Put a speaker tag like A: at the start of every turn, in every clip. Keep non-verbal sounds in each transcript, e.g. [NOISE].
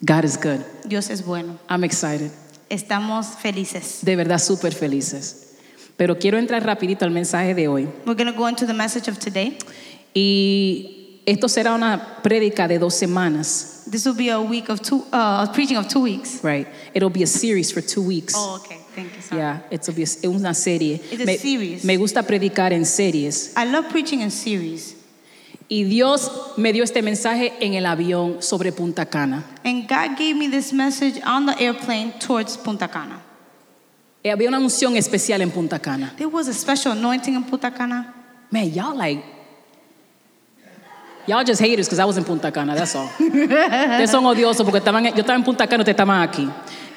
A: God is good.
B: Dios es bueno.
A: I'm excited.
B: Estamos felices.
A: De verdad, súper felices. Pero quiero entrar rapidito al mensaje de hoy.
B: We're going to go into the message of today.
A: Y esto será una prédica de dos semanas.
B: This will be a week of two, uh, a preaching of two weeks.
A: Right. It'll be a series for two weeks.
B: Oh, okay. Thank you. Sorry.
A: Yeah, it's a- es una serie.
B: It's a
A: me,
B: series.
A: me gusta predicar en series.
B: I love preaching in series.
A: Y Dios me dio este mensaje en el avión sobre Punta Cana.
B: And God gave me this message on the airplane towards Punta Cana.
A: Eh, había una unción especial en Punta Cana.
B: There was a special anointing in Punta Cana.
A: Man, y'all like, y'all just haters because I was in Punta Cana, that's all. Ustedes son odiosos porque estaban, yo estaba en Punta Cana, ustedes estaban aquí.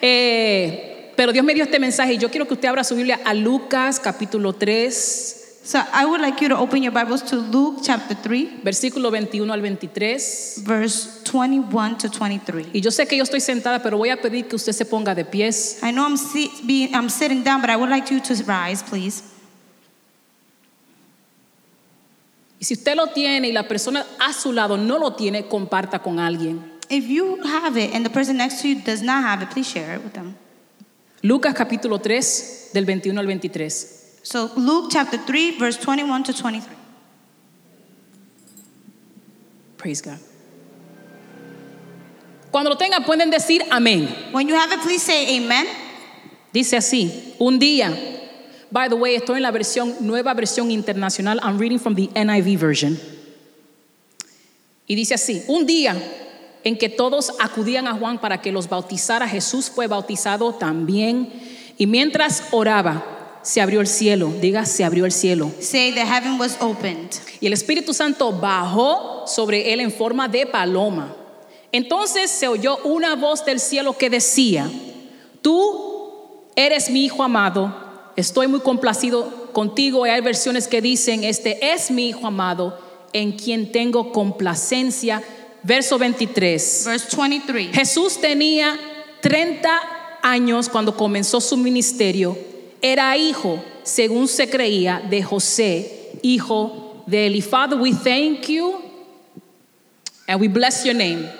A: Eh, pero Dios me dio este mensaje y yo quiero que usted abra su Biblia a Lucas capítulo 3,
B: So I would like you to open your Bibles to Luke chapter 3,
A: versículo 21 al 23.
B: verse 21 to 23.
A: Y yo sé que yo estoy sentada, pero voy a pedir que usted se ponga de pies.
B: I know I'm, si- being, I'm sitting down, but I would like you to rise, please.
A: Y si usted lo tiene y la persona a su lado no lo tiene, comparta con alguien.
B: If you have it and the person next to you does not have it, please share it with them.
A: Lucas capítulo 3, del 21 al 23.
B: So Luke chapter 3, verse 21 to 23.
A: Praise God. Cuando lo tengan pueden decir amén.
B: When you have it, please say amen.
A: Dice así, un día. By the way, estoy en la versión nueva versión internacional. I'm reading from the NIV version. Y dice así, un día en que todos acudían a Juan para que los bautizara, Jesús fue bautizado también. Y mientras oraba, se abrió el cielo. Diga, se abrió el cielo.
B: Say the heaven was opened.
A: Y el Espíritu Santo bajó sobre él en forma de paloma. Entonces se oyó una voz del cielo que decía, tú eres mi hijo amado, estoy muy complacido contigo. Y hay versiones que dicen, este es mi hijo amado, en quien tengo complacencia. Verso 23.
B: Verse 23.
A: Jesús tenía 30 años cuando comenzó su ministerio. Era hijo, según se creía, de José, hijo de Eli. Father, we thank you and we bless your name.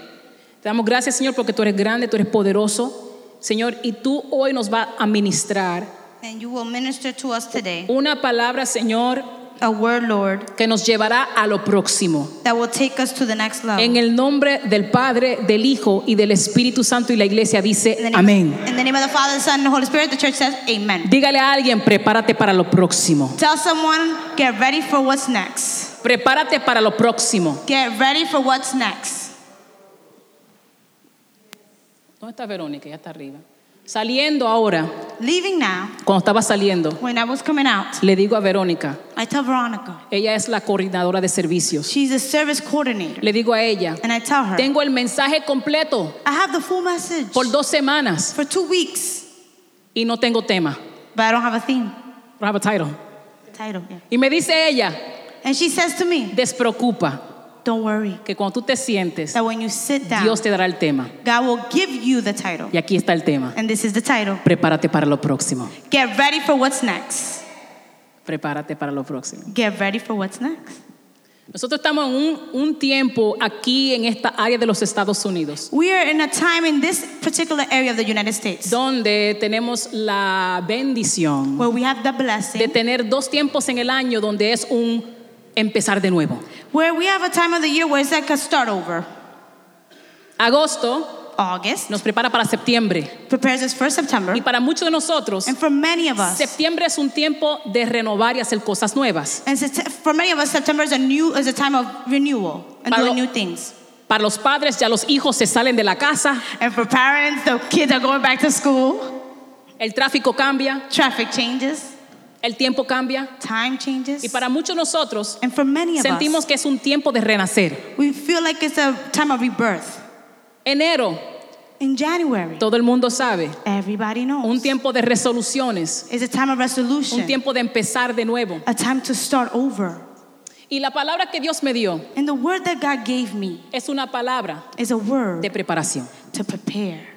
A: Te damos gracias, Señor, porque tú eres grande, tú eres poderoso. Señor, y tú hoy nos vas a ministrar
B: And you will minister to us today
A: una palabra, Señor,
B: a word, Lord,
A: que nos llevará a lo próximo.
B: that will take us to the next level.
A: En el nombre del Padre, del Hijo y del Espíritu Santo y la iglesia
B: In the
A: dice,
B: name-
A: amén.
B: In the name of the Father, the Son, and the Holy Spirit, the church says, Amen.
A: Dígale a alguien, prepárate para lo próximo.
B: Tell someone, get ready for what's next.
A: Prepárate para lo próximo.
B: Get ready for what's next.
A: ¿Dónde está Verónica? Ya está arriba. Saliendo ahora,
B: Leaving now,
A: cuando estaba saliendo,
B: when I was coming out,
A: le digo a Verónica,
B: I tell Veronica,
A: ella es la coordinadora de servicios.
B: she's a service coordinator.
A: Le digo a ella,
B: And I tell her,
A: tengo el mensaje completo
B: I have the full message
A: por dos semanas
B: for two weeks,
A: y no tengo tema.
B: but I don't have a theme,
A: No have a title.
B: title. yeah.
A: Y me dice ella,
B: And she says to me,
A: despreocupa,
B: Don't worry,
A: que cuando tú te sientes,
B: that when you sit down,
A: Dios te dará el tema.
B: God will give you the title.
A: Y aquí está el tema.
B: And this is the title
A: Prepárate para lo próximo.
B: Get ready for what's next.
A: Prepárate para lo próximo.
B: Get ready for what's next.
A: Nosotros estamos en un, un tiempo aquí en esta área de los Estados Unidos,
B: We are in a time in this particular area of the United States
A: donde tenemos la bendición
B: where we have the
A: de
B: blessing,
A: tener dos tiempos en el año donde es un empezar de nuevo.
B: where we have a time of the year where it's like a start over.
A: Agosto
B: August
A: nos prepara para septiembre
B: prepares us for September,
A: y para muchos de nosotros
B: and for many of us,
A: septiembre es un tiempo de renovar y hacer cosas nuevas.
B: and Sept- for many of us, September is a new is a time of renewal and
A: Para
B: doing
A: lo-
B: new things.
A: Para los padres ya los hijos se salen de la casa,
B: And for parents, the kids are going back to school.
A: el tráfico cambia,
B: Traffic changes,
A: el tiempo cambia
B: time changes,
A: y para muchos de nosotros
B: and for many of
A: sentimos
B: us,
A: que es un tiempo de renacer.
B: we feel like it's a time of rebirth.
A: Enero,
B: In January,
A: todo el mundo sabe,
B: everybody
A: un
B: knows
A: tiempo de resoluciones,
B: it's a time of
A: un
B: resolution.
A: tiempo de empezar de nuevo.
B: a time to start over.
A: Y la palabra que Dios me dio
B: And the word that God gave me
A: es una palabra
B: is a word
A: de preparación.
B: to prepare.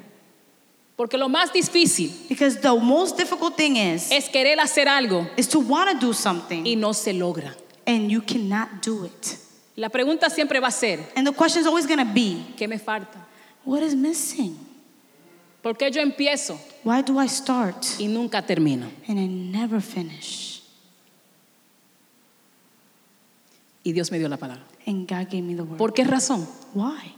A: Porque lo más difícil
B: Because the most difficult thing is
A: es querer hacer algo
B: is to want to do something
A: Eh- y no se logra.
B: and you cannot do it.
A: La pregunta siempre va a ser,
B: And the question is always going to be,
A: ¿qué me falta?
B: What is missing?
A: Porque yo empiezo
B: Why do I start
A: y nunca termino.
B: and I never finish?
A: Y Dios me dio la palabra.
B: And God gave me the word.
A: ¿Por qué razón?
B: Why?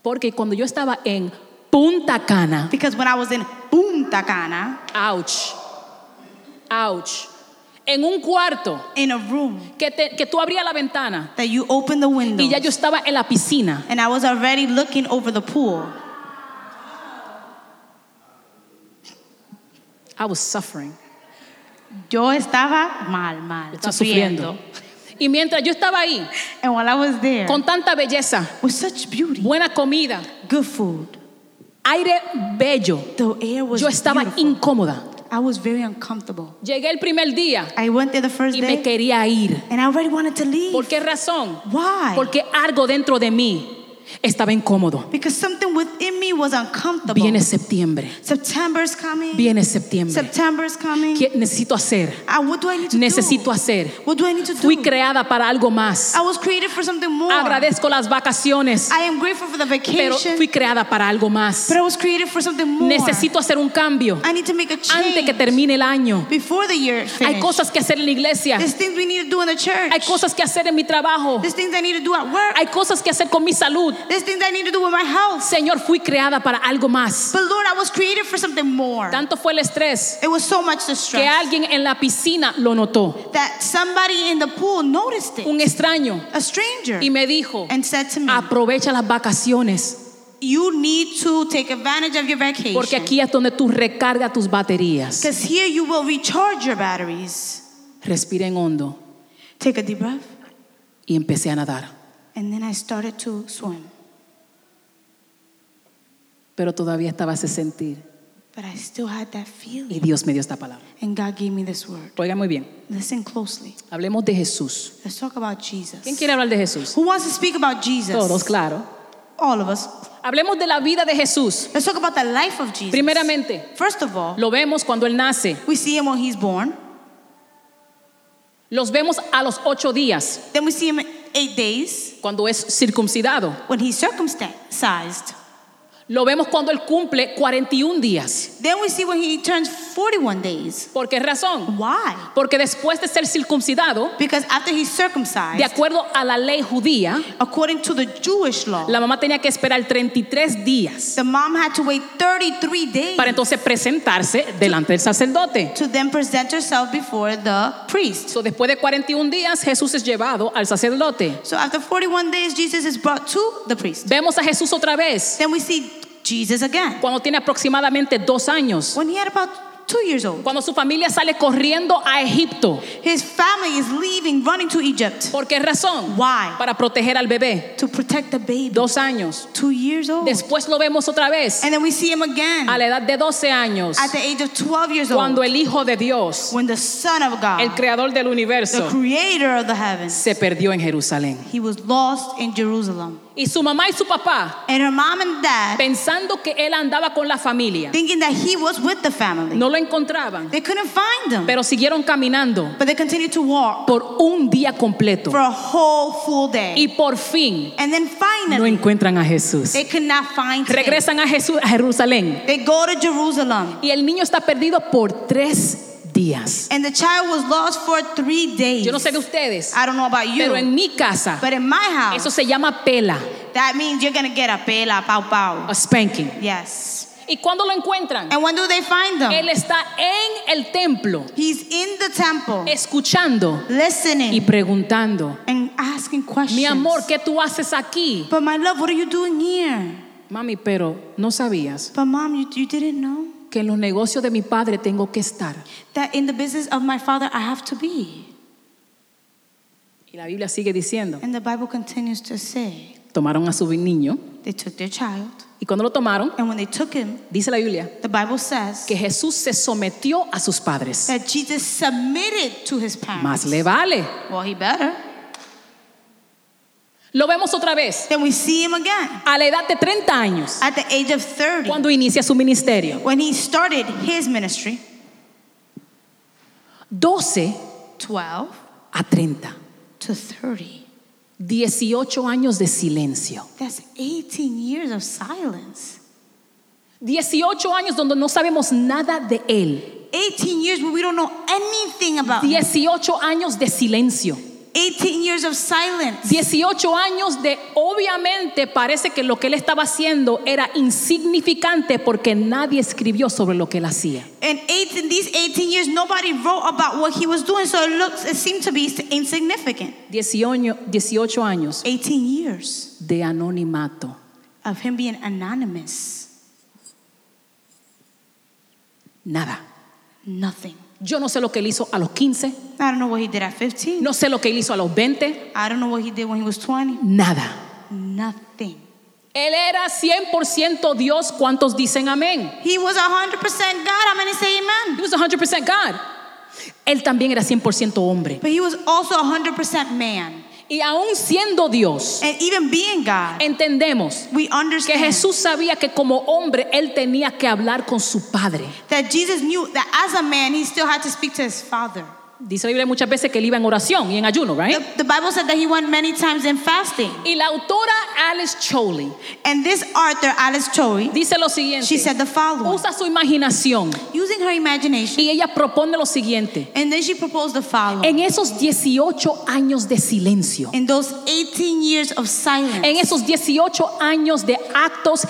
A: Porque cuando yo estaba en Punta Cana,
B: Because when I was in Punta Cana,
A: ouch, ouch, en un cuarto
B: in a room
A: que, te- que tú abrías la ventana
B: that you open the window,
A: y ya yo estaba en la piscina,
B: and I was already looking over the pool.
A: I was suffering,
B: Yo estaba mal, mal,
A: estaba sufriendo. Y mientras yo estaba ahí,
B: And while I was there,
A: con tanta belleza,
B: with such beauty,
A: buena comida,
B: good food,
A: aire bello,
B: the air was
A: yo estaba
B: beautiful.
A: incómoda.
B: I was very uncomfortable.
A: Llegué el primer día
B: I went there the first
A: y me
B: day,
A: quería ir.
B: and I already wanted to leave.
A: ¿Por qué razón?
B: Why?
A: Porque algo dentro de mí estaba incómodo.
B: Because something within me was uncomfortable.
A: Viene septiembre.
B: September's coming.
A: Viene septiembre.
B: September's coming.
A: ¿Qué necesito hacer?
B: Ah, what do I need to
A: Necesito
B: do?
A: hacer.
B: What do I need to
A: Fui
B: do?
A: creada para algo más.
B: I was created for something more.
A: Agradezco las vacaciones,
B: I am grateful for the
A: pero
B: vacation,
A: fui creada para algo más.
B: but I was created for something more.
A: Necesito hacer un cambio
B: I need to make a change
A: antes que termine el año.
B: before the year
A: Hay
B: finishes.
A: cosas que hacer en la iglesia.
B: There's things we need to do in the church.
A: Hay cosas que hacer en mi trabajo.
B: There's things I need to do at work.
A: Hay cosas que hacer con mi salud.
B: There's things I need to do with my health.
A: Señor, fui creada para algo más.
B: But Lord, I was created for something more.
A: Tanto fue el estrés
B: It was so much the
A: que
B: stress
A: alguien en la piscina lo notó.
B: that somebody in the pool noticed it.
A: Un extraño.
B: A stranger.
A: Y me Ah, dijo,
B: and said to me,
A: aprovecha las vacaciones.
B: You need to take advantage of your vacation.
A: Porque aquí es donde tú recargas tus baterías.
B: Because here you will recharge your batteries.
A: Respiren hondo
B: Take a deep breath.
A: y empecé a nadar.
B: And then I started to swim.
A: Pero todavía estaba ese sentir.
B: But I still had that feeling.
A: Y Dios me dio esta palabra.
B: And God gave me this word.
A: Oiga muy bien.
B: Listen closely.
A: Hablemos de Jesús.
B: Let's talk about Jesus.
A: ¿Quién quiere hablar de Jesús?
B: Who wants to speak about Jesus?
A: Todos, claro.
B: All of us.
A: Hablemos de la vida de Jesús.
B: Let's talk about the life of Jesus.
A: Primeramente,
B: First of all,
A: lo vemos cuando Él nace.
B: we see him when he's born.
A: Los vemos a los ocho días,
B: Then we see him in eight days
A: cuando es circumcidado.
B: when he's circumcised.
A: Lo vemos cuando Él cumple 41 días.
B: Then we see when he turns 41 days.
A: ¿Por qué razón?
B: Why?
A: Porque después de ser circuncidado,
B: Because after he's
A: de
B: circumcised,
A: acuerdo a la ley judía,
B: according to the Jewish law,
A: La mamá tenía que esperar 33 días
B: the mom had to wait 33 days
A: para entonces presentarse delante del sacerdote.
B: to then present herself before the priest.
A: So, después de 41 días, Jesús es llevado al sacerdote.
B: So after 41 days, Jesus is brought to the priest.
A: Vemos a Jesús otra vez
B: Then we see Jesus again
A: cuando tiene aproximadamente dos años,
B: when he had about two years old.
A: cuando su familia sale corriendo a Egipto.
B: His family is leaving, running to Egypt.
A: ¿Por qué razón?
B: Why?
A: Para proteger al bebé.
B: To protect the baby.
A: Dos años.
B: Two years old.
A: Después lo vemos otra vez
B: And then we see him again
A: a la edad de 12 años,
B: at the age of 12 years old
A: cuando el Hijo de Dios,
B: when the Son of God,
A: el Creador del
B: the
A: universo,
B: creator of the heavens,
A: se perdió en Jerusalén.
B: he was lost in Jerusalem.
A: Y su mamá y su papá
B: And her mom and dad,
A: pensando que él andaba con la familia.
B: thinking that he was with the family,
A: No lo encontraban,
B: they couldn't find him.
A: pero siguieron caminando
B: But they continued to walk
A: por un día completo
B: for a whole full day.
A: y por fin
B: And then
A: no
B: finally,
A: encuentran a Jesús.
B: they could not find him.
A: Regresan a Jesús a Jerusalén
B: They go to Jerusalem.
A: y el niño está perdido por tres días.
B: And the child was lost for three days.
A: Yo no sé de ustedes,
B: I don't know about you,
A: pero en mi casa
B: but in my house,
A: eso se llama pela,
B: that means you're gonna get a pela, pow pow.
A: a spanking.
B: Yes.
A: Y cuando lo encuentran,
B: And when do they find
A: él
B: him?
A: está en el templo
B: He's in the temple,
A: escuchando y
B: listening
A: preguntando,
B: and asking questions.
A: mi amor, ¿qué tú haces aquí?
B: But my love, what are you doing here?
A: Mami, pero no sabías
B: But mom, you, you didn't know
A: que en los negocios de mi padre tengo que estar.
B: that in the business of my father I have to be.
A: Y la Biblia sigue diciendo,
B: And the Bible continues to say
A: tomaron a su niño
B: they took their child,
A: y cuando lo tomaron,
B: and when they took him,
A: dice la Biblia,
B: the Bible says
A: que Jesús se sometió a sus padres.
B: that Jesus submitted to his
A: Más
B: parents.
A: le vale.
B: Well, he better.
A: Lo vemos otra vez,
B: Then we see him again
A: a la edad de 30 años,
B: at the age of 30
A: cuando inicia su ministerio.
B: when he started his ministry.
A: 12
B: 12
A: a 30.
B: to 30.
A: 18 años de silencio.
B: That's 18 years of silence.
A: 18 años donde no sabemos nada de él.
B: 18 years where we don't know anything about him.
A: 18 años de silencio.
B: 18 years of silence.
A: 18 años de obviamente parece que lo que él estaba haciendo era insignificante porque nadie escribió sobre lo que él hacía.
B: And eight, in these 18 years, nobody wrote about what he was doing, so it looks, it seemed to be insignificant.
A: 18, 18 años
B: 18 years
A: de anonimato.
B: of him being anonymous,
A: Nada.
B: nothing.
A: Yo no sé lo que él hizo a los 15,
B: I don't know what he did at 15.
A: no sé lo que él hizo a los 20,
B: I don't know what he did when he was 20.
A: nada.
B: Nothing.
A: Él era 100% Dios, ¿cuántos dicen amén?
B: He was 100% God. I'm going to say amen.
A: He was 100% God. Él también era 100% hombre.
B: But he was also 100% man.
A: Y aún siendo Dios,
B: And even being God,
A: entendemos
B: we
A: que
B: understand
A: Jesús sabía que como hombre él tenía que hablar con su padre.
B: that Jesus knew that as a man, he still had to speak to his father.
A: Dice la Biblia muchas veces que él iba en oración y en ayuno, ¿right?
B: The, the Bible said that he went many times in fasting.
A: Y la autora Alice Chowley
B: And this author, Alice Choi,
A: dice lo
B: she
A: siguiente:
B: said the following.
A: usa su imaginación
B: Using her imagination,
A: y ella propone lo siguiente:
B: and then she proposed the following.
A: en esos 18 años de silencio,
B: In those 18 years of
A: en
B: silence,
A: esos 18 años de actos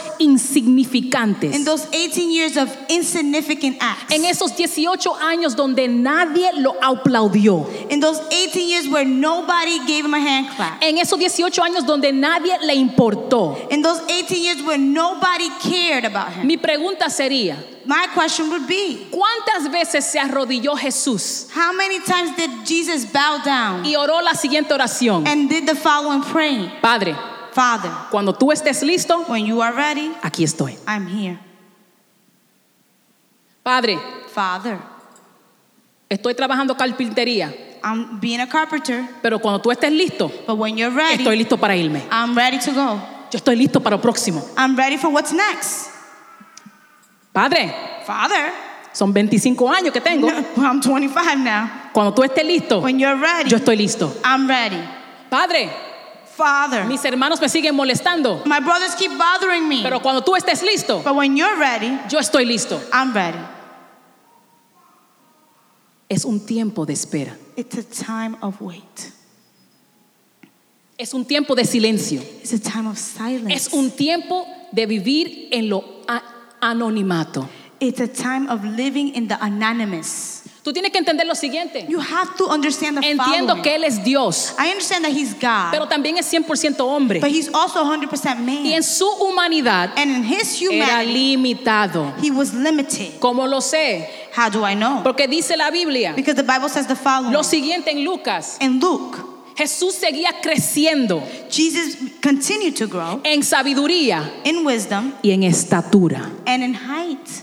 A: insignificantes,
B: in those 18 years of insignificant
A: en
B: acts,
A: esos 18 años donde nadie lo aplaudió,
B: in those 18 years where nobody gave him a hand clap,
A: en esos 18 años donde nadie le importó.
B: in those 18 years where nobody cared about him.
A: Mi pregunta sería,
B: My question would be
A: ¿cuántas veces se arrodilló Jesús
B: how many times did Jesus bow down
A: y oró la siguiente oración?
B: and did the following praying?
A: Padre,
B: Father,
A: cuando tú estés listo,
B: when you are ready,
A: aquí estoy.
B: I'm here.
A: Padre,
B: Father,
A: estoy trabajando carpintería,
B: I'm being a carpenter,
A: pero cuando tú estés listo,
B: but when you're ready,
A: estoy listo para irme.
B: I'm ready to go.
A: Yo estoy listo para lo próximo.
B: I'm ready for what's next.
A: Padre,
B: Father,
A: son 25 años que tengo.
B: no, I'm 25 now.
A: Cuando tú estés listo,
B: When you're ready,
A: yo estoy listo.
B: I'm ready.
A: Padre,
B: Father,
A: mis hermanos me siguen molestando,
B: my brothers keep bothering me,
A: pero cuando tú estés listo,
B: but when you're ready,
A: yo estoy listo.
B: I'm ready.
A: Es un tiempo de espera.
B: It's a time of wait.
A: Es un tiempo de silencio.
B: It's a time of silence.
A: Es un tiempo de vivir en lo a- anonimato.
B: It's a time of living in the anonymous.
A: Tú tienes que entender lo siguiente.
B: You have to understand the
A: Entiendo
B: following.
A: que Él es Dios,
B: I understand that he's God,
A: pero también es 100% hombre.
B: but he's also 100%
A: Y
B: man.
A: en su humanidad
B: Pues, And in his
A: era
B: humanity,
A: limitado.
B: he was limited.
A: ¿Cómo lo sé?
B: How do I know?
A: Porque dice la Biblia
B: Because the Bible says the following.
A: lo siguiente en Lucas.
B: In Luke,
A: Jesús seguía creciendo
B: Jesus continued to grow
A: en sabiduría
B: in wisdom
A: y en estatura.
B: and in height.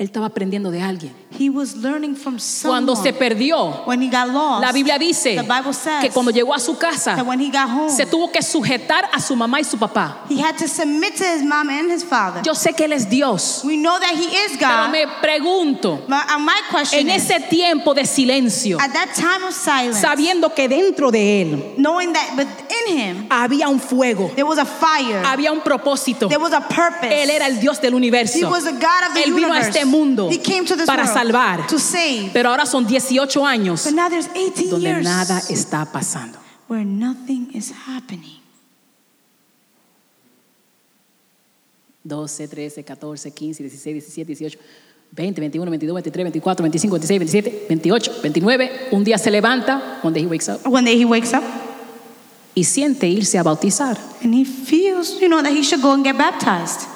A: Él estaba aprendiendo de alguien.
B: He was learning from
A: Cuando
B: someone.
A: se perdió,
B: when he got lost,
A: la Biblia dice
B: the Bible says
A: que cuando llegó a su casa,
B: that when he got home,
A: se tuvo que sujetar a su mamá y su papá.
B: he had to submit to his mom and his father.
A: Yo sé que Él es Dios,
B: we know that he is
A: pero
B: God.
A: me pregunto,
B: my, uh, my question
A: en
B: is,
A: ese tiempo de silencio,
B: at that time of silence,
A: sabiendo que dentro de Él
B: knowing that within him
A: había un fuego,
B: there was a fire,
A: había un propósito,
B: there was a purpose.
A: Él era el Dios del
B: he
A: universo.
B: was the God of the
A: Él vino a
B: universe.
A: este mundo
B: he came to this
A: para
B: world
A: salvar.
B: to save.
A: Pero ahora son 18 años
B: But now there's 18
A: donde
B: years
A: nada está pasando.
B: where nothing is happening.
A: 12, 13, 14, 15, 16, 17, 18, 20, 21, 22, 23, 24, 25, 26, 27, 28, 29. Un día se levanta, one day he wakes up,
B: One day he wakes up
A: y siente irse a bautizar.
B: and he feels, you know, that he should go and get baptized.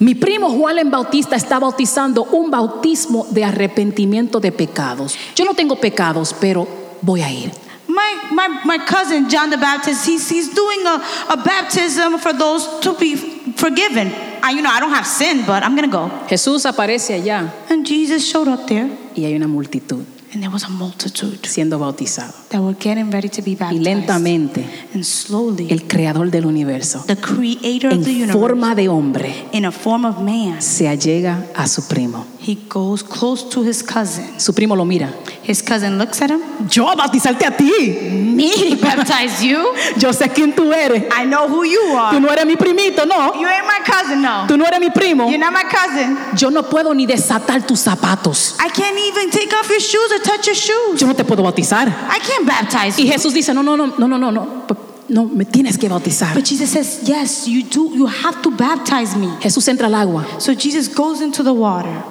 A: Mi primo Juan Bautista está bautizando un bautismo de arrepentimiento de pecados. Yo no tengo pecados, pero voy a ir.
B: My, my, my cousin John the Baptist, he's, he's doing a, a baptism for those to be forgiven. I, you know, I don't have sin, but I'm going to go.
A: Jesús aparece allá
B: And Jesus showed up there,
A: y hay una multitud
B: and there was a multitude
A: siendo bautizado.
B: that were getting ready to be
A: Y
B: baptized.
A: lentamente
B: and slowly,
A: el creador del universo,
B: the creator of the
A: en
B: universe,
A: forma de hombre,
B: in a form of man,
A: se allega a su primo.
B: He goes close to his cousin.
A: Su primo lo mira.
B: His cousin looks at him.
A: Yo a bautizarte a ti.
B: Me baptize you?
A: Yo sé quién tú eres.
B: I know who you
A: Tú
B: are.
A: no eres mi primito, no.
B: You ain't my cousin, no.
A: Tú no eres mi primo.
B: You're not my cousin.
A: Yo no puedo ni desatar tus zapatos.
B: I can't even take off your shoes or touch your shoes.
A: Yo no te puedo bautizar.
B: I can't baptize
A: Y
B: you.
A: Jesús dice, no, no, no, no, no, no, no, no, me tienes que bautizar.
B: But Jesus says, Yes, you do. You have to baptize me.
A: Jesús entra al agua.
B: So Jesus goes into the water.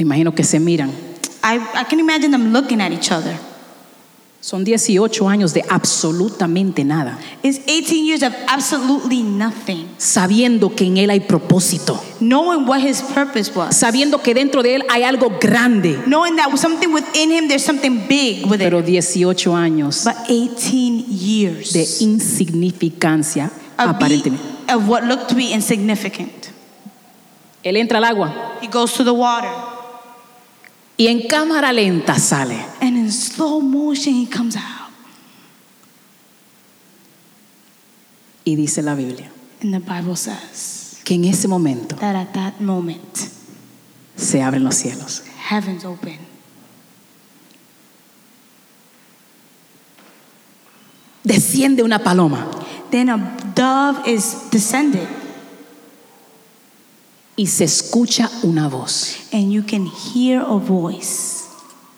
A: Me imagino que se miran.
B: I, I can imagine them looking at each other.
A: Son 18 años de absolutamente nada,
B: It's 18 years of absolutely nothing,
A: sabiendo que en Él hay propósito,
B: knowing what his purpose was,
A: sabiendo que dentro de Él hay algo grande,
B: knowing that something within him, there's something big with it.
A: pero 18 años
B: But 18 years
A: de insignificancia
B: of, be,
A: aparentemente.
B: of what looked to be insignificant.
A: Él entra al agua
B: He goes to the water,
A: y en cámara lenta sale.
B: and in slow motion, he comes out.
A: Y dice la Biblia
B: And the Bible says
A: que en ese momento
B: that at that moment,
A: se abren los cielos.
B: heavens open.
A: Desciende una paloma
B: Then a dove is descended,
A: y se escucha una voz.
B: and you can hear a voice.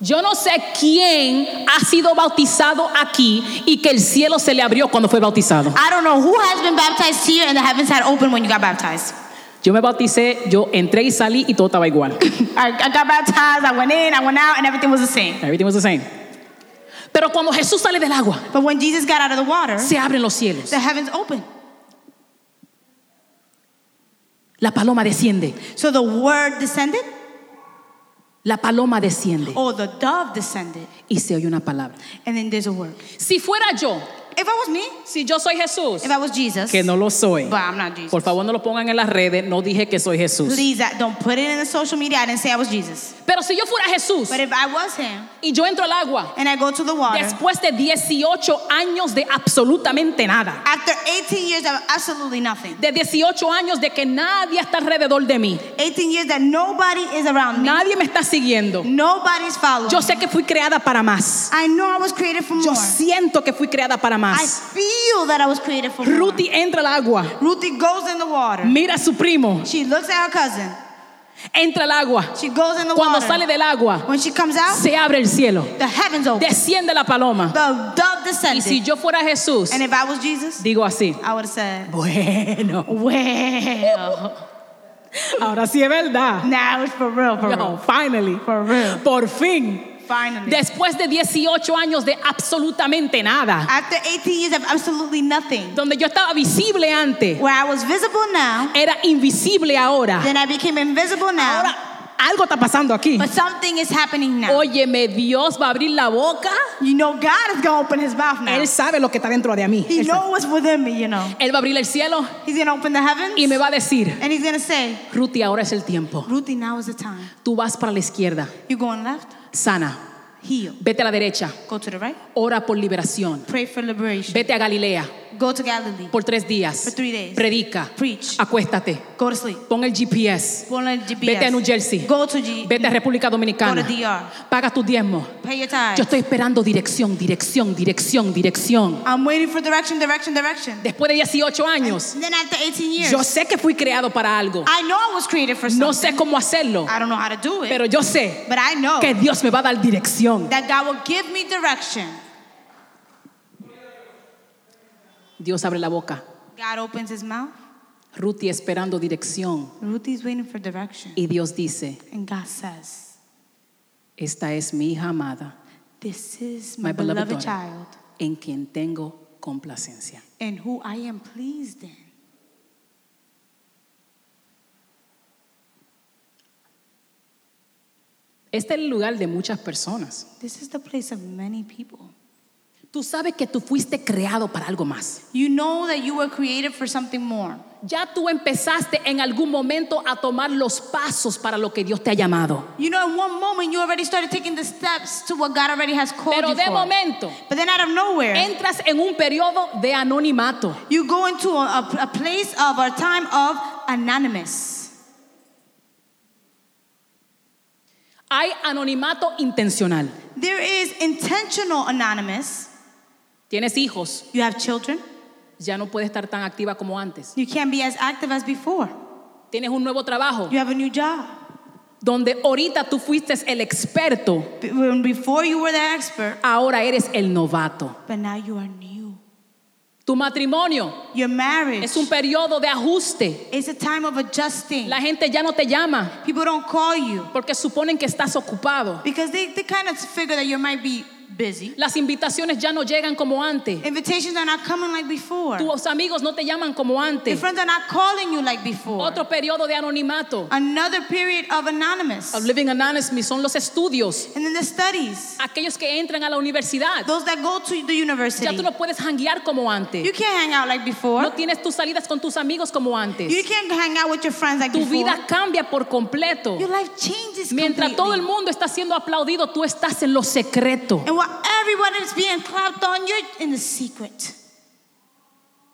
A: Yo no sé quién ha sido bautizado aquí y que el cielo se le abrió cuando fue bautizado.
B: I don't know who has been baptized here and the heavens had opened when you got baptized.
A: Yo me bauticé, yo entré y salí y todo estaba igual.
B: I, I got baptized, I went in, I went out, and everything was the same.
A: Everything was the same. Pero cuando Jesús sale del agua,
B: But when Jesus got out of the water,
A: se abren los cielos.
B: the heavens opened.
A: La paloma desciende.
B: So the word descended,
A: La paloma desciende
B: or the dove descended,
A: y se oye una palabra.
B: and then there's a word.
A: Si fuera yo,
B: If I was me,
A: si yo soy Jesús,
B: if I was Jesus,
A: que no lo soy.
B: but I'm not Jesus.
A: Por favor, no lo pongan en las redes, no dije que soy Jesús.
B: Please I, don't put it in the social media. I didn't say I was Jesus.
A: Pero si yo fuera Jesús
B: But if I was him
A: y yo entro al agua
B: and I go to the water,
A: después de 18 años de absolutamente nada,
B: after 18 years of absolutely nothing,
A: de 18 años de que nadie está alrededor de mí,
B: 18 years that nobody is around me,
A: nadie me está siguiendo,
B: nobody's following.
A: Yo sé que fui creada para más.
B: I know I was created for
A: Yo
B: more.
A: siento que fui creada para
B: I
A: más.
B: feel that I was created for more.
A: Ruthie entra al agua,
B: Ruthie goes in the water.
A: mira a su primo,
B: She looks at her cousin.
A: entra al agua.
B: She goes in the
A: Cuando
B: water.
A: sale del agua,
B: when she comes out,
A: se abre el cielo,
B: the heavens open.
A: desciende la paloma.
B: The dove
A: Y
B: descended.
A: si yo fuera Jesús,
B: and if I was Jesus,
A: digo así.
B: I would have
A: [LAUGHS]
B: said,
A: Bueno,
B: Well,
A: ahora sí es verdad.
B: now it's for real, for
A: No,
B: real.
A: finally.
B: For real.
A: Por fin.
B: Finally.
A: Después de 18 años de absolutamente nada,
B: After 18 years of absolutely nothing,
A: donde yo estaba visible antes,
B: where I was visible now,
A: era invisible ahora.
B: then I became invisible now,
A: Ahora algo está pasando aquí.
B: but something is happening now.
A: Óyeme, Dios va a abrir la boca.
B: you know, God is going to open his mouth now.
A: Él sabe lo que está dentro de mí.
B: He
A: Él, sabe.
B: knows what's within me, you know.
A: Él va a abrir el cielo
B: He's going to open the heavens.
A: y me va a decir,
B: And he's gonna say,
A: Ruti, ahora es el tiempo.
B: Ruthie, now is the time.
A: Tú vas para la izquierda,
B: You're going left,
A: sana.
B: heal.
A: Vete a la derecha,
B: Go to the right,
A: ora por liberación.
B: pray for liberation.
A: Vete a Galilea
B: Go to Galilee,
A: por tres
B: For
A: días.
B: three days.
A: Predica,
B: preach.
A: acuéstate,
B: Go to sleep.
A: pon el GPS,
B: Go on GPS.
A: vete a New Jersey,
B: Go to G.
A: vete a República
B: Go to
A: Dominicana,
B: DR.
A: paga tus diezmos.
B: Pay your tithes.
A: Yo estoy esperando dirección, dirección, dirección, dirección.
B: I'm waiting for direction, direction, direction.
A: Después de 18 años,
B: And then after 18 years,
A: yo sé que fui creado para algo.
B: I know I was created for
A: No
B: something.
A: sé cómo hacerlo,
B: I don't know how to do it,
A: pero yo sé
B: but I know
A: que Dios me va a dar dirección.
B: that God will give me direction.
A: Dios abre la boca.
B: God opens His mouth.
A: Ruti esperando dirección.
B: Ruthie's waiting for direction,
A: Y Dios dice,
B: and God says,
A: esta es mi hija amada,
B: "This is my,
A: my beloved
B: beloved
A: daughter,
B: child,
A: en quien tengo complacencia.
B: in who I am pleased in."
A: Este es el lugar de muchas personas.
B: This is the place of many people.
A: Tú sabes que tú fuiste creado para algo más.
B: You know that you were created for something more.
A: Ya tú empezaste en algún momento a tomar los pasos para lo que Dios te ha llamado.
B: You know, in one moment, you already started taking the steps to what God already has called
A: Pero
B: you
A: de
B: for.
A: momento
B: but then out of nowhere,
A: entras en un periodo de anonimato.
B: you go into a, a, a place of a time of anonymous.
A: Hay anonimato intencional.
B: There is intentional anonymous.
A: Tienes hijos,
B: You have children.
A: ya no puedes estar tan activa como antes.
B: You can't be as active as before.
A: Tienes un nuevo trabajo
B: You have a new job.
A: donde ahorita tú fuiste el experto,
B: B- When before you were the expert,
A: ahora eres el novato.
B: but now you are new.
A: Tu matrimonio
B: Your marriage
A: es un periodo de ajuste.
B: it's a time of adjusting.
A: La gente ya no te llama
B: People don't call you
A: porque suponen que estás ocupado.
B: because they, they kind of figure that you might be busy.
A: Las invitaciones ya no llegan como antes.
B: Invitations are not coming like before.
A: Tus amigos no te llaman como
B: Your
A: antes.
B: friends are not calling you like before.
A: Otro periodo de anonimato.
B: Another period of anonymous.
A: Of living anonymously son los estudios.
B: And then the studies.
A: Aquellos que entran a la universidad.
B: Those that go to the
A: Ya
B: university.
A: tú no puedes hanguear como antes.
B: You can't hang out like before.
A: No tienes tus salidas con tus amigos como
B: You
A: antes.
B: can't hang out with your friends like
A: Tu
B: before.
A: vida cambia por completo.
B: Your life changes
A: Mientras todo el
B: completely.
A: mundo está siendo aplaudido, tú estás en lo secreto.
B: And while everyone is being clapped on, you're in the secret.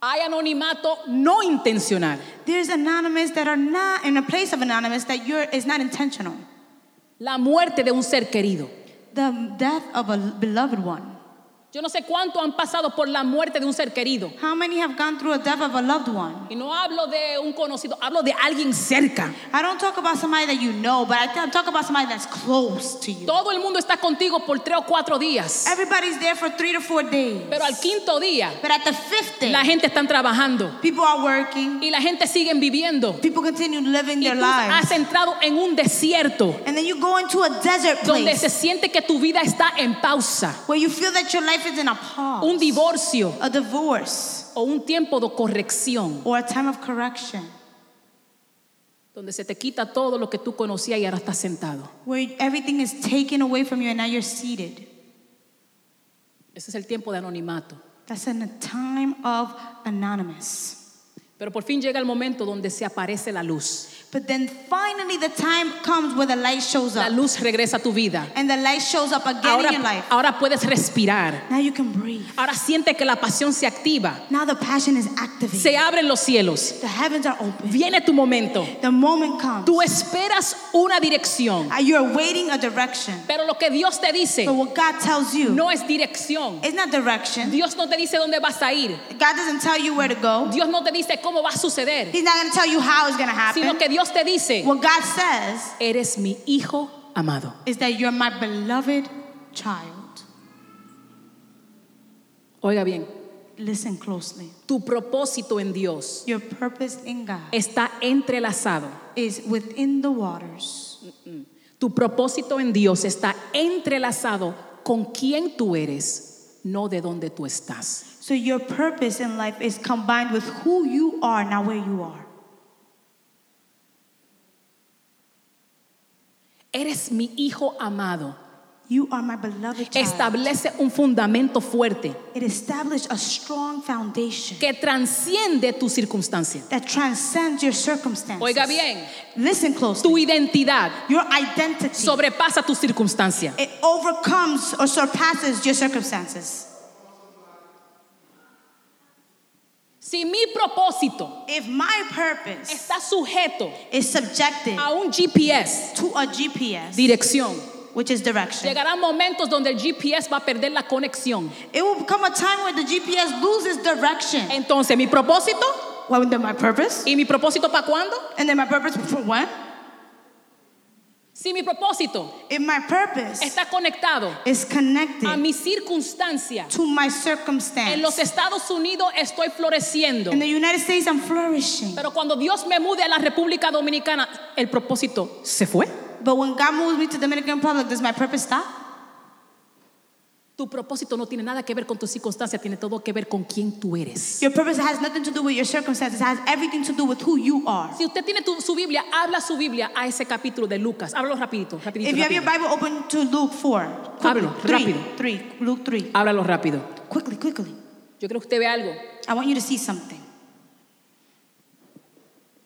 A: Hay anonimato no intencional.
B: There's anonymous that are not in a place of anonymous that you're is not intentional.
A: La muerte de un ser querido.
B: The death of a beloved one.
A: Yo no sé cuánto han pasado por la muerte de un ser querido.
B: How many have gone through a death of a loved one?
A: Y no hablo de un conocido, hablo de alguien cerca.
B: I don't talk about somebody that you know, but I th- talk about somebody that's close to you.
A: Todo el mundo está contigo por tres o cuatro días.
B: Everybody's there for three to four days.
A: Pero al quinto día,
B: But at the fifth day,
A: la gente está trabajando
B: people are working.
A: y la gente sigue viviendo.
B: People continue
A: Y
B: living their
A: tú has
B: lives.
A: entrado en un desierto
B: And then you go into a desert
A: donde se
B: place
A: siente que tu vida está en pausa.
B: where you feel that your life is in a pause.
A: Un divorcio
B: a divorce
A: o un tiempo de corrección
B: or a time of correction
A: donde se te quita todo lo que tú conocías y ahora estás sentado.
B: where everything is taken away from you and now you're seated.
A: Ese es el tiempo de anonimato.
B: That's in a time of anonymous.
A: Pero por fin llega el momento donde se aparece la luz.
B: But then finally the time comes where the light shows
A: La
B: up
A: luz regresa a tu vida.
B: and the light shows up again in your
A: Ahora,
B: life.
A: ahora puedes respirar.
B: Now you can breathe.
A: Ahora siente que la pasión se activa.
B: Now the passion is activated.
A: Se abren los cielos.
B: the heavens are open.
A: Viene tu momento.
B: The moment comes.
A: Tú esperas una dirección.
B: Uh, You're waiting a direction.
A: Pero lo que Dios te dice
B: But what God tells you,
A: no es dirección.
B: it's not direction.
A: Dios no te dice dónde vas a ir.
B: God doesn't tell you where to go.
A: Dios no te dice cómo va a suceder.
B: He's not going to tell you how it's going to
A: Sino
B: happen.
A: que Dios te dice,
B: What God says
A: eres mi hijo amado.
B: is that you're my beloved child.
A: Oiga bien,
B: Listen closely.
A: tu propósito en Dios
B: Your purpose in God
A: está entrelazado.
B: is within the waters.
A: Tu propósito en Dios está entrelazado con quién tú eres, no de dónde tú estás.
B: So your purpose in life is combined with who you are, not where you are.
A: Eres mi hijo amado.
B: You are my beloved child.
A: Establece un fundamento fuerte
B: It established a strong foundation
A: que transciende tu circunstancia.
B: that transcends your circumstances.
A: Oiga bien,
B: Listen closely.
A: tu identidad
B: Your identity
A: sobrepasa tu circunstancia.
B: it overcomes or surpasses your circumstances.
A: Si mi propósito
B: If my purpose
A: está sujeto
B: is subjected
A: a un GPS,
B: to a GPS,
A: dirección,
B: which is direction,
A: llegarán momentos donde el GPS va a perder la conexión.
B: It will come a time where the GPS loses direction.
A: Entonces, mi propósito
B: Well, then my purpose.
A: y mi propósito para cuándo?
B: And then my purpose for what?
A: Si mi propósito
B: If my purpose
A: está conectado
B: is
A: a
B: connected
A: mi circunstancia.
B: to my
A: En los
B: circumstance,
A: Estados Unidos estoy floreciendo.
B: in the United States, I'm flourishing.
A: Pero cuando Dios me mude a la República Dominicana, el propósito se fue.
B: But when God moves me to Dominican Republic, does my purpose stop?
A: Tu propósito no tiene nada que ver con tu circunstancia, tiene todo que ver con quién tú eres.
B: Your purpose has nothing to do with your circumstances, it has everything to do with who you are.
A: Si usted tiene tu- su Biblia, habla su Biblia a ese capítulo de Lucas. Háblalo rapidito, rapidito.
B: If you have your
A: rapidito.
B: Bible open to Luke 4, quickly,
A: Ábrelo,
B: 3,
A: rápido.
B: 3, Luke 3,
A: Háblalo rápido.
B: quickly, quickly.
A: Yo creo que usted ve algo.
B: I want you to see something.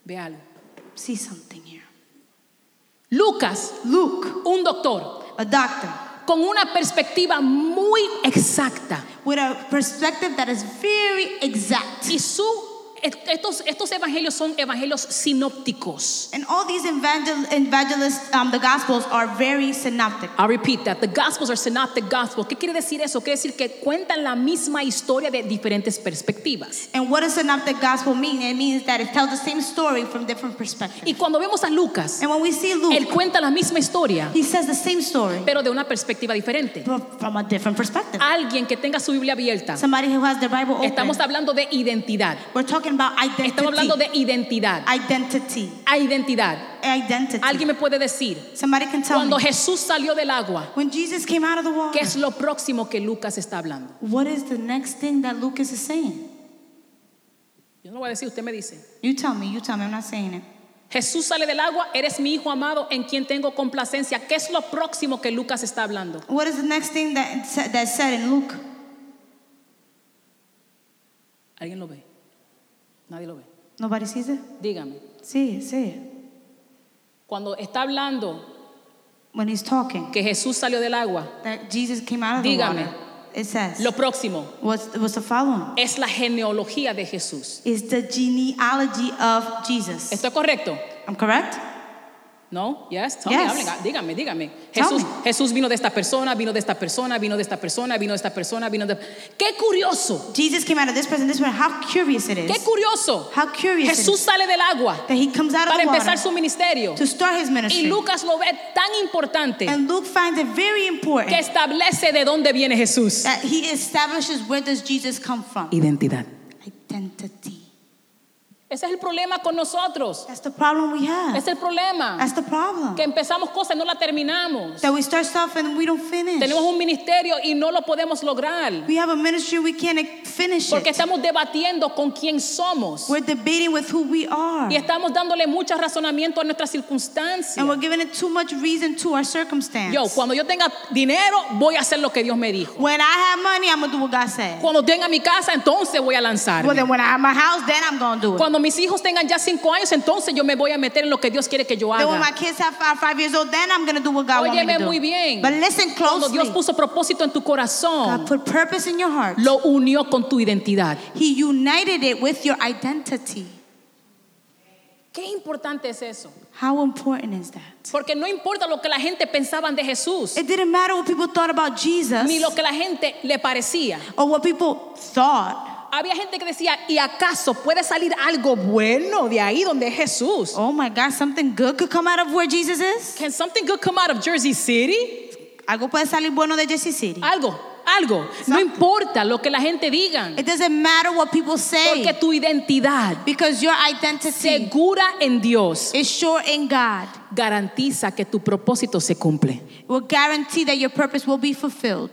A: Ve algo.
B: See something here.
A: Lucas,
B: Luke,
A: un doctor,
B: a doctor,
A: con una perspectiva muy exacta.
B: with a perspective that is very exact.
A: Y su est- estos, estos evangelios son evangelios sinópticos.
B: And all these evangel- evangelists, um, the Gospels are very synoptic.
A: I repeat that. The Gospels are synoptic Gospels. ¿Qué quiere decir eso? Quiere decir que cuentan la misma historia de diferentes perspectivas.
B: And what does synoptic Gospel mean? It means that it tells the same story from different perspectives.
A: Y cuando vemos a Lucas,
B: And when we see
A: él
B: Luke,
A: cuenta la misma historia,
B: he says the same story,
A: pero de una perspectiva diferente.
B: but from a different perspective.
A: Alguien que tenga su Biblia abierta,
B: Somebody who has their Bible open.
A: estamos hablando de identidad.
B: We're talking about
A: Estamos hablando
B: identity.
A: de identidad.
B: Identity.
A: A identidad.
B: Identity.
A: Alguien me puede decir,
B: Somebody can tell
A: cuando
B: me.
A: Jesús salió del agua,
B: When Jesus came out of the
A: ¿qué
B: water,
A: es lo próximo que Lucas está hablando?
B: what is the next thing that Lucas is saying?
A: Yo no lo voy a decir, usted me dice.
B: You tell me. You tell me. I'm not saying it.
A: Jesús sale del agua, eres mi hijo amado en quien tengo complacencia. ¿Qué es lo próximo que Lucas está hablando?
B: What is the next thing that said- that's said in Luke?
A: ¿Alguien lo ve? Nadie lo ve.
B: Nobody sees it.
A: Dígame,
B: See it. See it.
A: cuando está hablando
B: When he's talking,
A: que Jesús salió del agua,
B: that Jesus came out of the
A: Dígame.
B: water. It says.
A: lo próximo
B: What's what's the following?
A: es la genealogía de Jesús.
B: Is the genealogy of Jesus.
A: ¿Esto es correcto?
B: I'm correct.
A: No, yes, tell
B: Yes.
A: me, hable, ah, dígame, dígame.
B: Tell
A: Jesús,
B: me.
A: Jesús vino de esta persona, vino de esta persona, vino de esta persona, vino de esta persona, vino de. ¡Qué curioso!
B: Jesus came out of this person. This person. How curious it
A: ¡Qué
B: is.
A: curioso!
B: How curious it
A: Jesús
B: is
A: sale del agua
B: that he comes out of
A: para
B: the water
A: empezar su ministerio
B: to start his
A: y
B: ministry.
A: Lucas lo ve tan importante
B: And Luke finds it
A: que
B: very important
A: establece de dónde viene Jesús.
B: that he establishes where does Jesus come from.
A: Identidad.
B: Identity.
A: Ese es el problema con nosotros.
B: That's the problem we have.
A: Es el problema
B: That's the problem.
A: que empezamos cosas y no la terminamos.
B: That we start stuff and we don't finish.
A: Tenemos un ministerio y no lo podemos lograr
B: We have a ministry we can't finish
A: porque
B: it.
A: estamos debatiendo con quién somos.
B: We're debating with who we are.
A: Y estamos dándole mucho razonamiento a nuestras
B: And
A: circunstancias.
B: we're giving it too much reason to our circumstance.
A: Yo, cuando yo tenga dinero, voy a hacer lo que Dios me dijo.
B: When I have money, I'm going to do what God said.
A: Cuando tenga mi casa, entonces voy a lanzar.
B: Well, then when I have my house, then I'm going to do it.
A: Cuando mis hijos tengan ya cinco años, entonces yo me voy a meter en lo que Dios quiere que yo
B: Then when my
A: haga.
B: kids have five, five years old, then I'm going to do what God wants me
A: Óyeme
B: to do.
A: muy bien.
B: But listen
A: Cuando
B: closely.
A: Dios puso propósito en tu
B: God
A: corazón,
B: put purpose in your heart.
A: lo unió con tu identidad.
B: He united it with your identity.
A: Qué importante es eso.
B: How important is that?
A: Porque no importa lo que la gente pensaba de Jesús,
B: It didn't matter what people thought about Jesus
A: ni lo que la gente le parecía.
B: or what people thought.
A: Había gente que decía, ¿y acaso puede salir algo bueno de ahí donde es Jesús?
B: Oh my God, something good could come out of where Jesus is.
A: Can something good come out of Jersey City?
B: Algo puede salir bueno de Jersey City.
A: Algo, algo. No importa lo que la gente diga,
B: It doesn't matter what people say
A: porque tu identidad
B: because your identity
A: segura en Dios
B: is sure in God.
A: garantiza que tu propósito se cumple.
B: It will guarantee that your purpose will be fulfilled.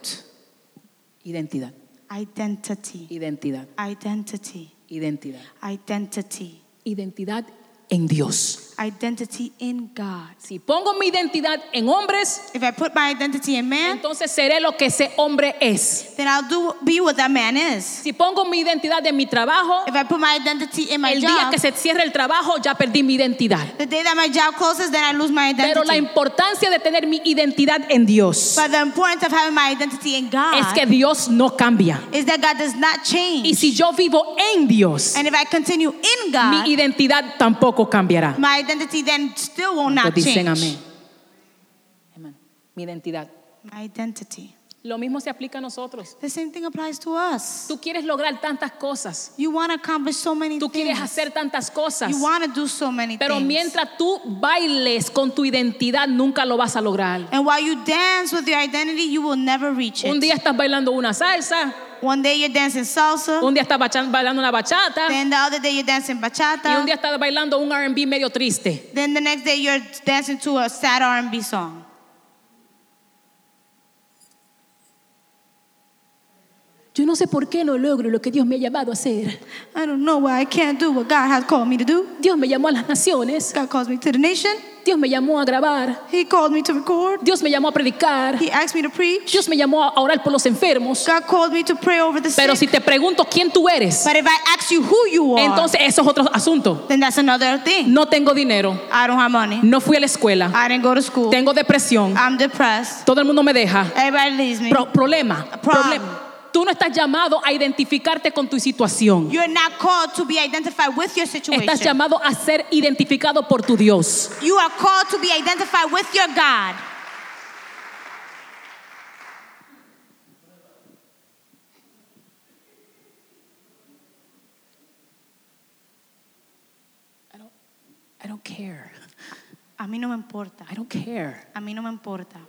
A: Identidad,
B: Identity.
A: identidad,
B: Identity.
A: identidad.
B: Identity.
A: Identidad en Dios.
B: Identity in God.
A: Si pongo mi identidad en hombres,
B: If I put my identity in man,
A: entonces seré lo que ese hombre es.
B: then I'll do be what that man is.
A: Si pongo mi identidad en mi trabajo,
B: If I put my identity in my
A: el día
B: job,
A: que se cierre el trabajo ya perdí mi identidad.
B: the day that my job closes, then I lose my
A: Pero la
B: identity.
A: importancia de tener mi identidad en Dios.
B: But the importance of having my identity in God
A: es que Dios no cambia.
B: is that God does not change.
A: Y si yo vivo en Dios,
B: and if I continue in God,
A: mi identidad tampoco cambiará.
B: my identity then still will not
A: Entonces
B: change.
A: dicen amén. Amén. Mi identidad.
B: My identity.
A: Lo mismo se aplica a nosotros.
B: The same thing applies to us.
A: Tú quieres lograr tantas cosas.
B: You want to accomplish so many
A: Tú
B: things.
A: quieres hacer tantas cosas.
B: You want to do so many
A: Pero
B: things.
A: mientras tú bailes con tu identidad, nunca lo vas a lograr.
B: and while you dance with your identity, you will never reach it.
A: Un día estás bailando una salsa,
B: One day you're dancing salsa,
A: un día estás bacha- bailando una bachata,
B: then the other day you're dancing
A: y un
B: bachata,
A: día estás bailando un RB medio triste.
B: then the next day you're dancing to a sad R&B song.
A: Yo no sé por qué no logro lo que Dios me ha llamado a hacer.
B: I don't know why I can't do what God has called me to do.
A: Dios me llamó a las naciones.
B: God calls me to the nation.
A: Dios me llamó a grabar.
B: He called me to record.
A: Dios me llamó a predicar.
B: He asked me to preach.
A: Dios me llamó a orar por los enfermos.
B: God called me to pray over the
A: Pero
B: sick.
A: si te pregunto quién tú eres,
B: But if I ask you who you are,
A: entonces eso es otro asunto.
B: then that's another thing.
A: No tengo dinero.
B: I don't have money.
A: No fui a la escuela.
B: I didn't go to
A: Ah.
B: school.
A: Tengo depresión.
B: I'm depressed.
A: Todo el mundo me deja.
B: Everybody leaves me.
A: Pro- problema.
B: Problem.
A: Problema. Tú no estás llamado a identificarte con tu situación.
B: You're not called to be identified with your situation.
A: Estás llamado a ser identificado por tu Dios.
B: You are called to be identified with your God.
A: I don't care.
B: A mí no me importa.
A: I don't care.
B: A mí no me importa.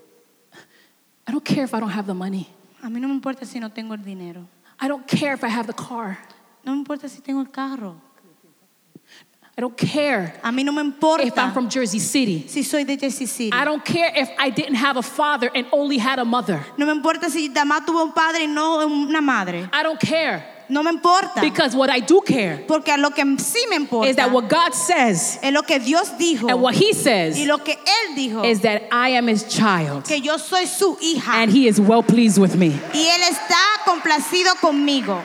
A: I don't care if I don't have the money.
B: A mí no me importa si no tengo el dinero.
A: I don't care if I have the car.
B: No me importa si tengo el carro.
A: I don't care
B: A mí no me
A: if I'm
B: importa
A: from Jersey City.
B: si soy de Jersey City.
A: I don't care if I didn't have a father and only had a mother.
B: No me importa si Damá tuvo un padre y no una madre.
A: I don't care
B: No me importa.
A: because what I do care
B: Porque lo que sí me
A: is
B: importa
A: that what God says
B: es lo que Dios dijo
A: and what He
B: y
A: says
B: lo que Él dijo
A: is that I am His child
B: que yo soy su hija
A: and He is well pleased with me.
B: y Él está complacido conmigo.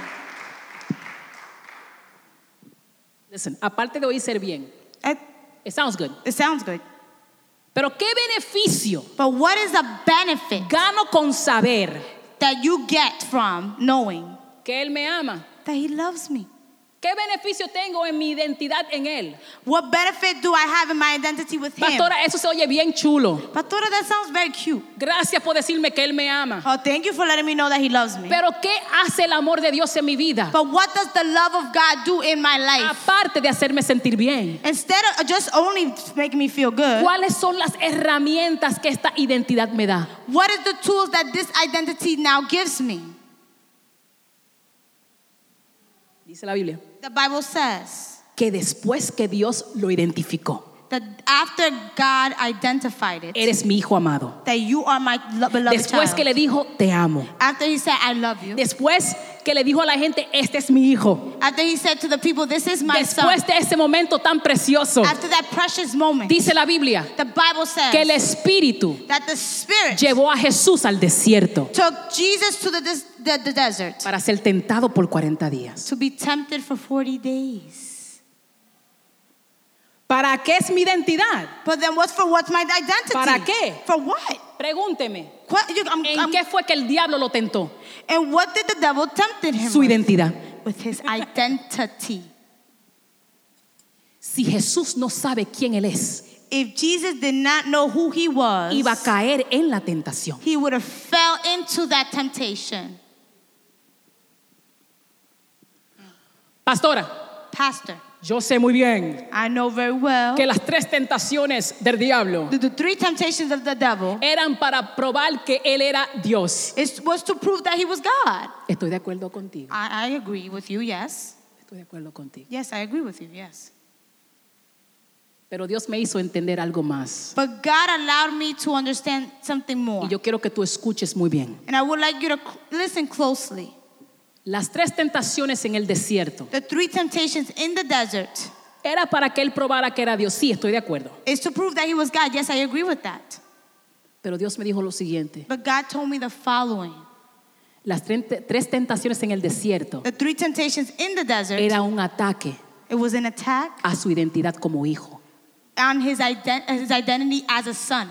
A: Listen, aparte de oír ser bien,
B: It,
A: it sounds good.
B: it sounds good.
A: Pero ¿qué beneficio
B: But what is the benefit
A: gano con saber
B: that you get from knowing
A: que Él me ama?
B: that He loves me?
A: ¿Qué beneficio tengo en mi identidad en Él?
B: What benefit do I have in my identity with Him?
A: Pastora, eso se oye bien chulo.
B: Pastora, that sounds very cute.
A: Gracias por decirme que Él me ama.
B: Oh, thank you for letting me know that He loves me.
A: Pero ¿qué hace el amor de Dios en mi vida?
B: But what does the love of God do in my life?
A: Aparte de hacerme sentir bien.
B: Instead of just only making me feel good,
A: ¿Cuáles son las herramientas que esta identidad me da?
B: what is the tools that this identity now gives me?
A: Dice la Biblia.
B: The Bible says
A: Que después que Dios lo identificó,
B: that after God identified it,
A: eres mi hijo amado.
B: that you are my lo- beloved
A: Después
B: child.
A: que le dijo, te amo.
B: after He said, I love you.
A: Después que le dijo a la gente, este es mi hijo.
B: After He said to the people, This is my son.
A: Después de ese momento tan precioso,
B: After that precious moment,
A: dice la Biblia
B: the Bible says
A: que el Espíritu
B: that the Spirit
A: llevó a Jesús al desierto
B: took Jesus to the, des- the, the desert
A: para ser tentado por 40 días.
B: to be tempted for 40 days.
A: ¿Para qué es mi identidad?
B: But then what's for what's my identity?
A: ¿Para qué?
B: For what?
A: Pregúnteme,
B: What you, I'm,
A: ¿en
B: I'm-
A: qué fue que el diablo lo tentó?
B: and what did the devil tempted him
A: Su
B: with?
A: identidad.
B: With his identity.
A: Si Jesús no sabe quién Él es,
B: if Jesus did not know who he was,
A: iba a caer en la tentación.
B: he would have fell into that temptation.
A: Pastora,
B: Pastor,
A: yo sé muy bien
B: I know very well
A: que las tres tentaciones del diablo
B: that the three temptations of the devil
A: eran para probar que Él era Dios.
B: is, was to prove that he was God.
A: Estoy de acuerdo contigo.
B: I, I agree with you, yes.
A: Estoy de acuerdo contigo.
B: Yes, I agree with you, yes.
A: Pero Dios me hizo entender algo más.
B: But God allowed me to understand something more.
A: Y yo quiero que tú escuches muy bien.
B: And I would like you to cl- listen closely.
A: Las tres tentaciones en el desierto
B: The three temptations in the desert
A: era para que él probara que era Dios. Sí, estoy de acuerdo.
B: is to prove that he was God. Yes, I agree with that.
A: Pero Dios me dijo lo siguiente.
B: But God told me the following
A: Las tre- tres tentaciones en el desierto
B: The three temptations in the desert,
A: era un ataque
B: it was an attack
A: a su identidad como hijo.
B: on his, ident- his identity as a son.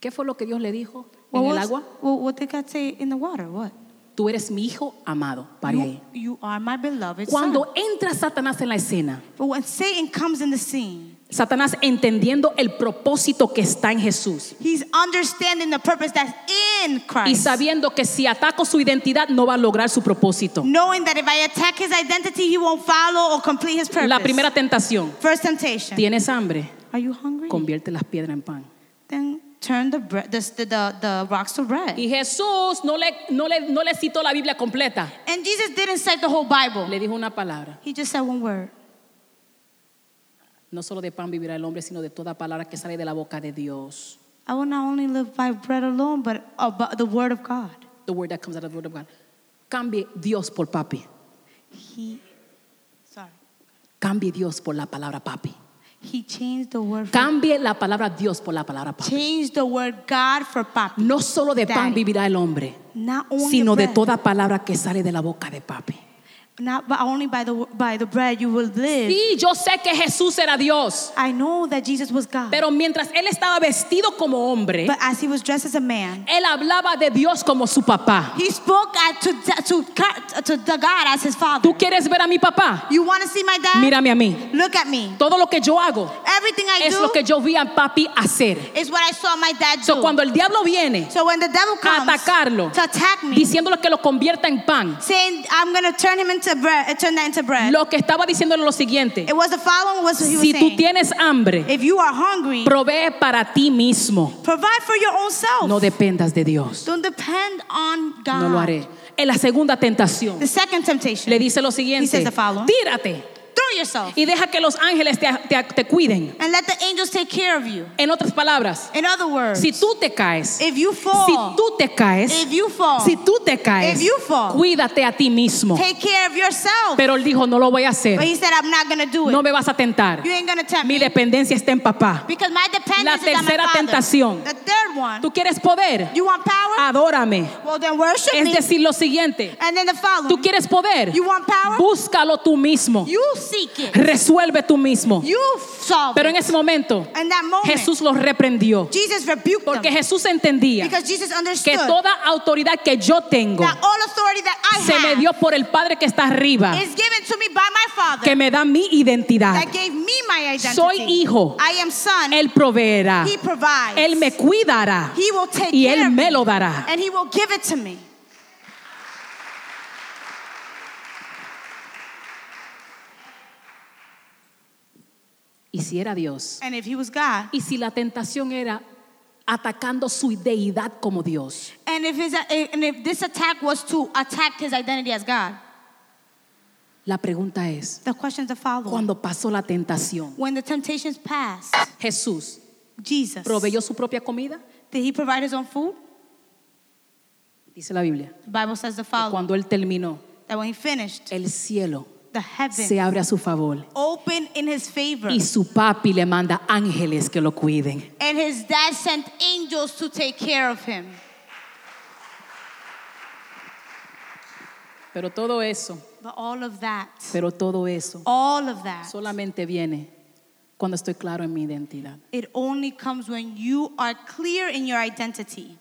A: ¿Qué fue lo que Dios le dijo
B: What
A: en el
B: was-
A: agua?
B: Well, what did God say in the water? What?
A: Tú eres mi hijo amado, pare
B: You,
A: ahí.
B: you are my beloved son.
A: Cuando entra Satanás en la escena,
B: But when Satan comes in the scene,
A: Satanás entendiendo el propósito que está en Jesús
B: he's understanding the purpose that's in
A: y
B: Christ.
A: sabiendo que si ataco su identidad no va a lograr su propósito.
B: Knowing that if I attack his identity, he won't follow or complete his purpose.
A: La primera tentación,
B: First temptation.
A: tienes hambre,
B: Are you hungry?
A: convierte las piedras en pan.
B: Then turn the, bread, the, the, the, the rocks to bread.
A: Y Jesús no le, no, le, no le citó la Biblia completa,
B: And Jesus didn't cite the whole Bible.
A: le dijo una palabra.
B: He just said one word.
A: No solo de pan vivirá el hombre, sino de toda palabra que sale de la boca de Dios.
B: I will not only live by bread alone, but about the word of God.
A: The word that comes out of the word of God. Cambie Dios por papi.
B: He, sorry,
A: Cambie Dios por la palabra papi.
B: he changed the word. For,
A: Cambie la palabra Dios por la palabra papi.
B: changed the word God for papi.
A: No solo de pan
B: Daddy.
A: vivirá el hombre,
B: Not only
A: sino de
B: bread.
A: toda palabra que sale de la boca de papi.
B: Not but only by the by the bread you will live.
A: Sí, yo sé que Jesús era Dios,
B: I know that Jesus was God.
A: pero mientras él estaba vestido como hombre,
B: Ah. but as he was dressed as a man,
A: él hablaba de Dios como su papá.
B: he spoke at, to, to, to the God as his father.
A: ¿Tú quieres ver a mi papá?
B: You want to see my dad?
A: Mírame a mí.
B: Look at me.
A: Todo lo que yo hago
B: Everything I
A: es
B: do
A: lo que yo vi a papi hacer.
B: is what I saw my dad
A: So,
B: do.
A: cuando el diablo viene
B: so when the devil
A: a
B: comes
A: atacarlo,
B: to attack me,
A: diciéndole que lo convierta en pan,
B: saying I'm going to turn him into bread, uh, turn that into bread.
A: lo que estaba diciéndole lo siguiente:
B: it was the following was what he was
A: si tú
B: saying.
A: tienes hambre,
B: if you are hungry,
A: provee para ti mismo.
B: provide for your own self.
A: No dependas de Dios.
B: Don't depend on God.
A: No lo haré. En la segunda tentación
B: The second temptation.
A: le dice lo
B: He says
A: siguiente:
B: the following.
A: tírate
B: Throw yourself
A: y deja que los ángeles te, te- te cuiden.
B: and let the angels take care of you.
A: En otras palabras,
B: In other words,
A: si tú te caes,
B: if you
A: si
B: fall,
A: tú te caes,
B: if you fall,
A: si tú te caes,
B: If you fall.
A: cuídate a ti mismo.
B: take care of yourself.
A: Pero él dijo: no lo voy a
B: but
A: hacer.
B: he said, I'm not going to do it.
A: No me vas a tentar.
B: you ain't going to tempt
A: Mi
B: me.
A: dependencia está en papá.
B: Because my
A: La
B: dependence is on
A: tercera
B: my father.
A: tentación.
B: The third one.
A: ¿Tú quieres poder?
B: You want power?
A: Adórame.
B: well, then worship
A: Es
B: me.
A: decir, lo siguiente.
B: and then the following.
A: ¿Tú quieres poder?
B: you want power?
A: Búscalo tú mismo.
B: you seek it.
A: Resuelve tú mismo.
B: You solve
A: Pero
B: it.
A: en ese momento,
B: In that moment,
A: Jesús los reprendió.
B: Jesus rebuked
A: Porque
B: them.
A: Jesús entendía
B: Because Jesus understood
A: que toda autoridad que yo tengo
B: that all authority that I
A: se me
B: have
A: dio por el Padre que está arriba,
B: is given to me by my Father
A: que me da mi identidad.
B: that gave me my identity.
A: Soy hijo.
B: I am son.
A: Él proveerá.
B: he provides.
A: Él me cuidará.
B: he will take
A: Y
B: care
A: Él
B: of
A: me
B: me.
A: lo dará.
B: And he will give it to me.
A: Y si era Dios.
B: And if he was God,
A: Y si la tentación era atacando su deidad como Dios.
B: and if his and if this attack was to attack his identity as God,
A: La pregunta es,
B: the question is the following.
A: cuando pasó la tentación,
B: When the temptations passed,
A: Jesús
B: Jesus
A: proveyó su propia comida,
B: did he provide his own food?
A: dice la Biblia.
B: The Bible says the
A: que
B: following
A: Cuando él terminó,
B: that when he finished,
A: el cielo
B: the heavens
A: se abre a su favor
B: opened in his favor,
A: y su papi le manda ángeles que lo cuiden.
B: and his dad sent angels to take care of him.
A: Pero todo eso,
B: But all of that,
A: pero todo eso
B: all of that,
A: solamente viene cuando estoy claro en mi identidad.
B: it only comes when you are clear in your identity.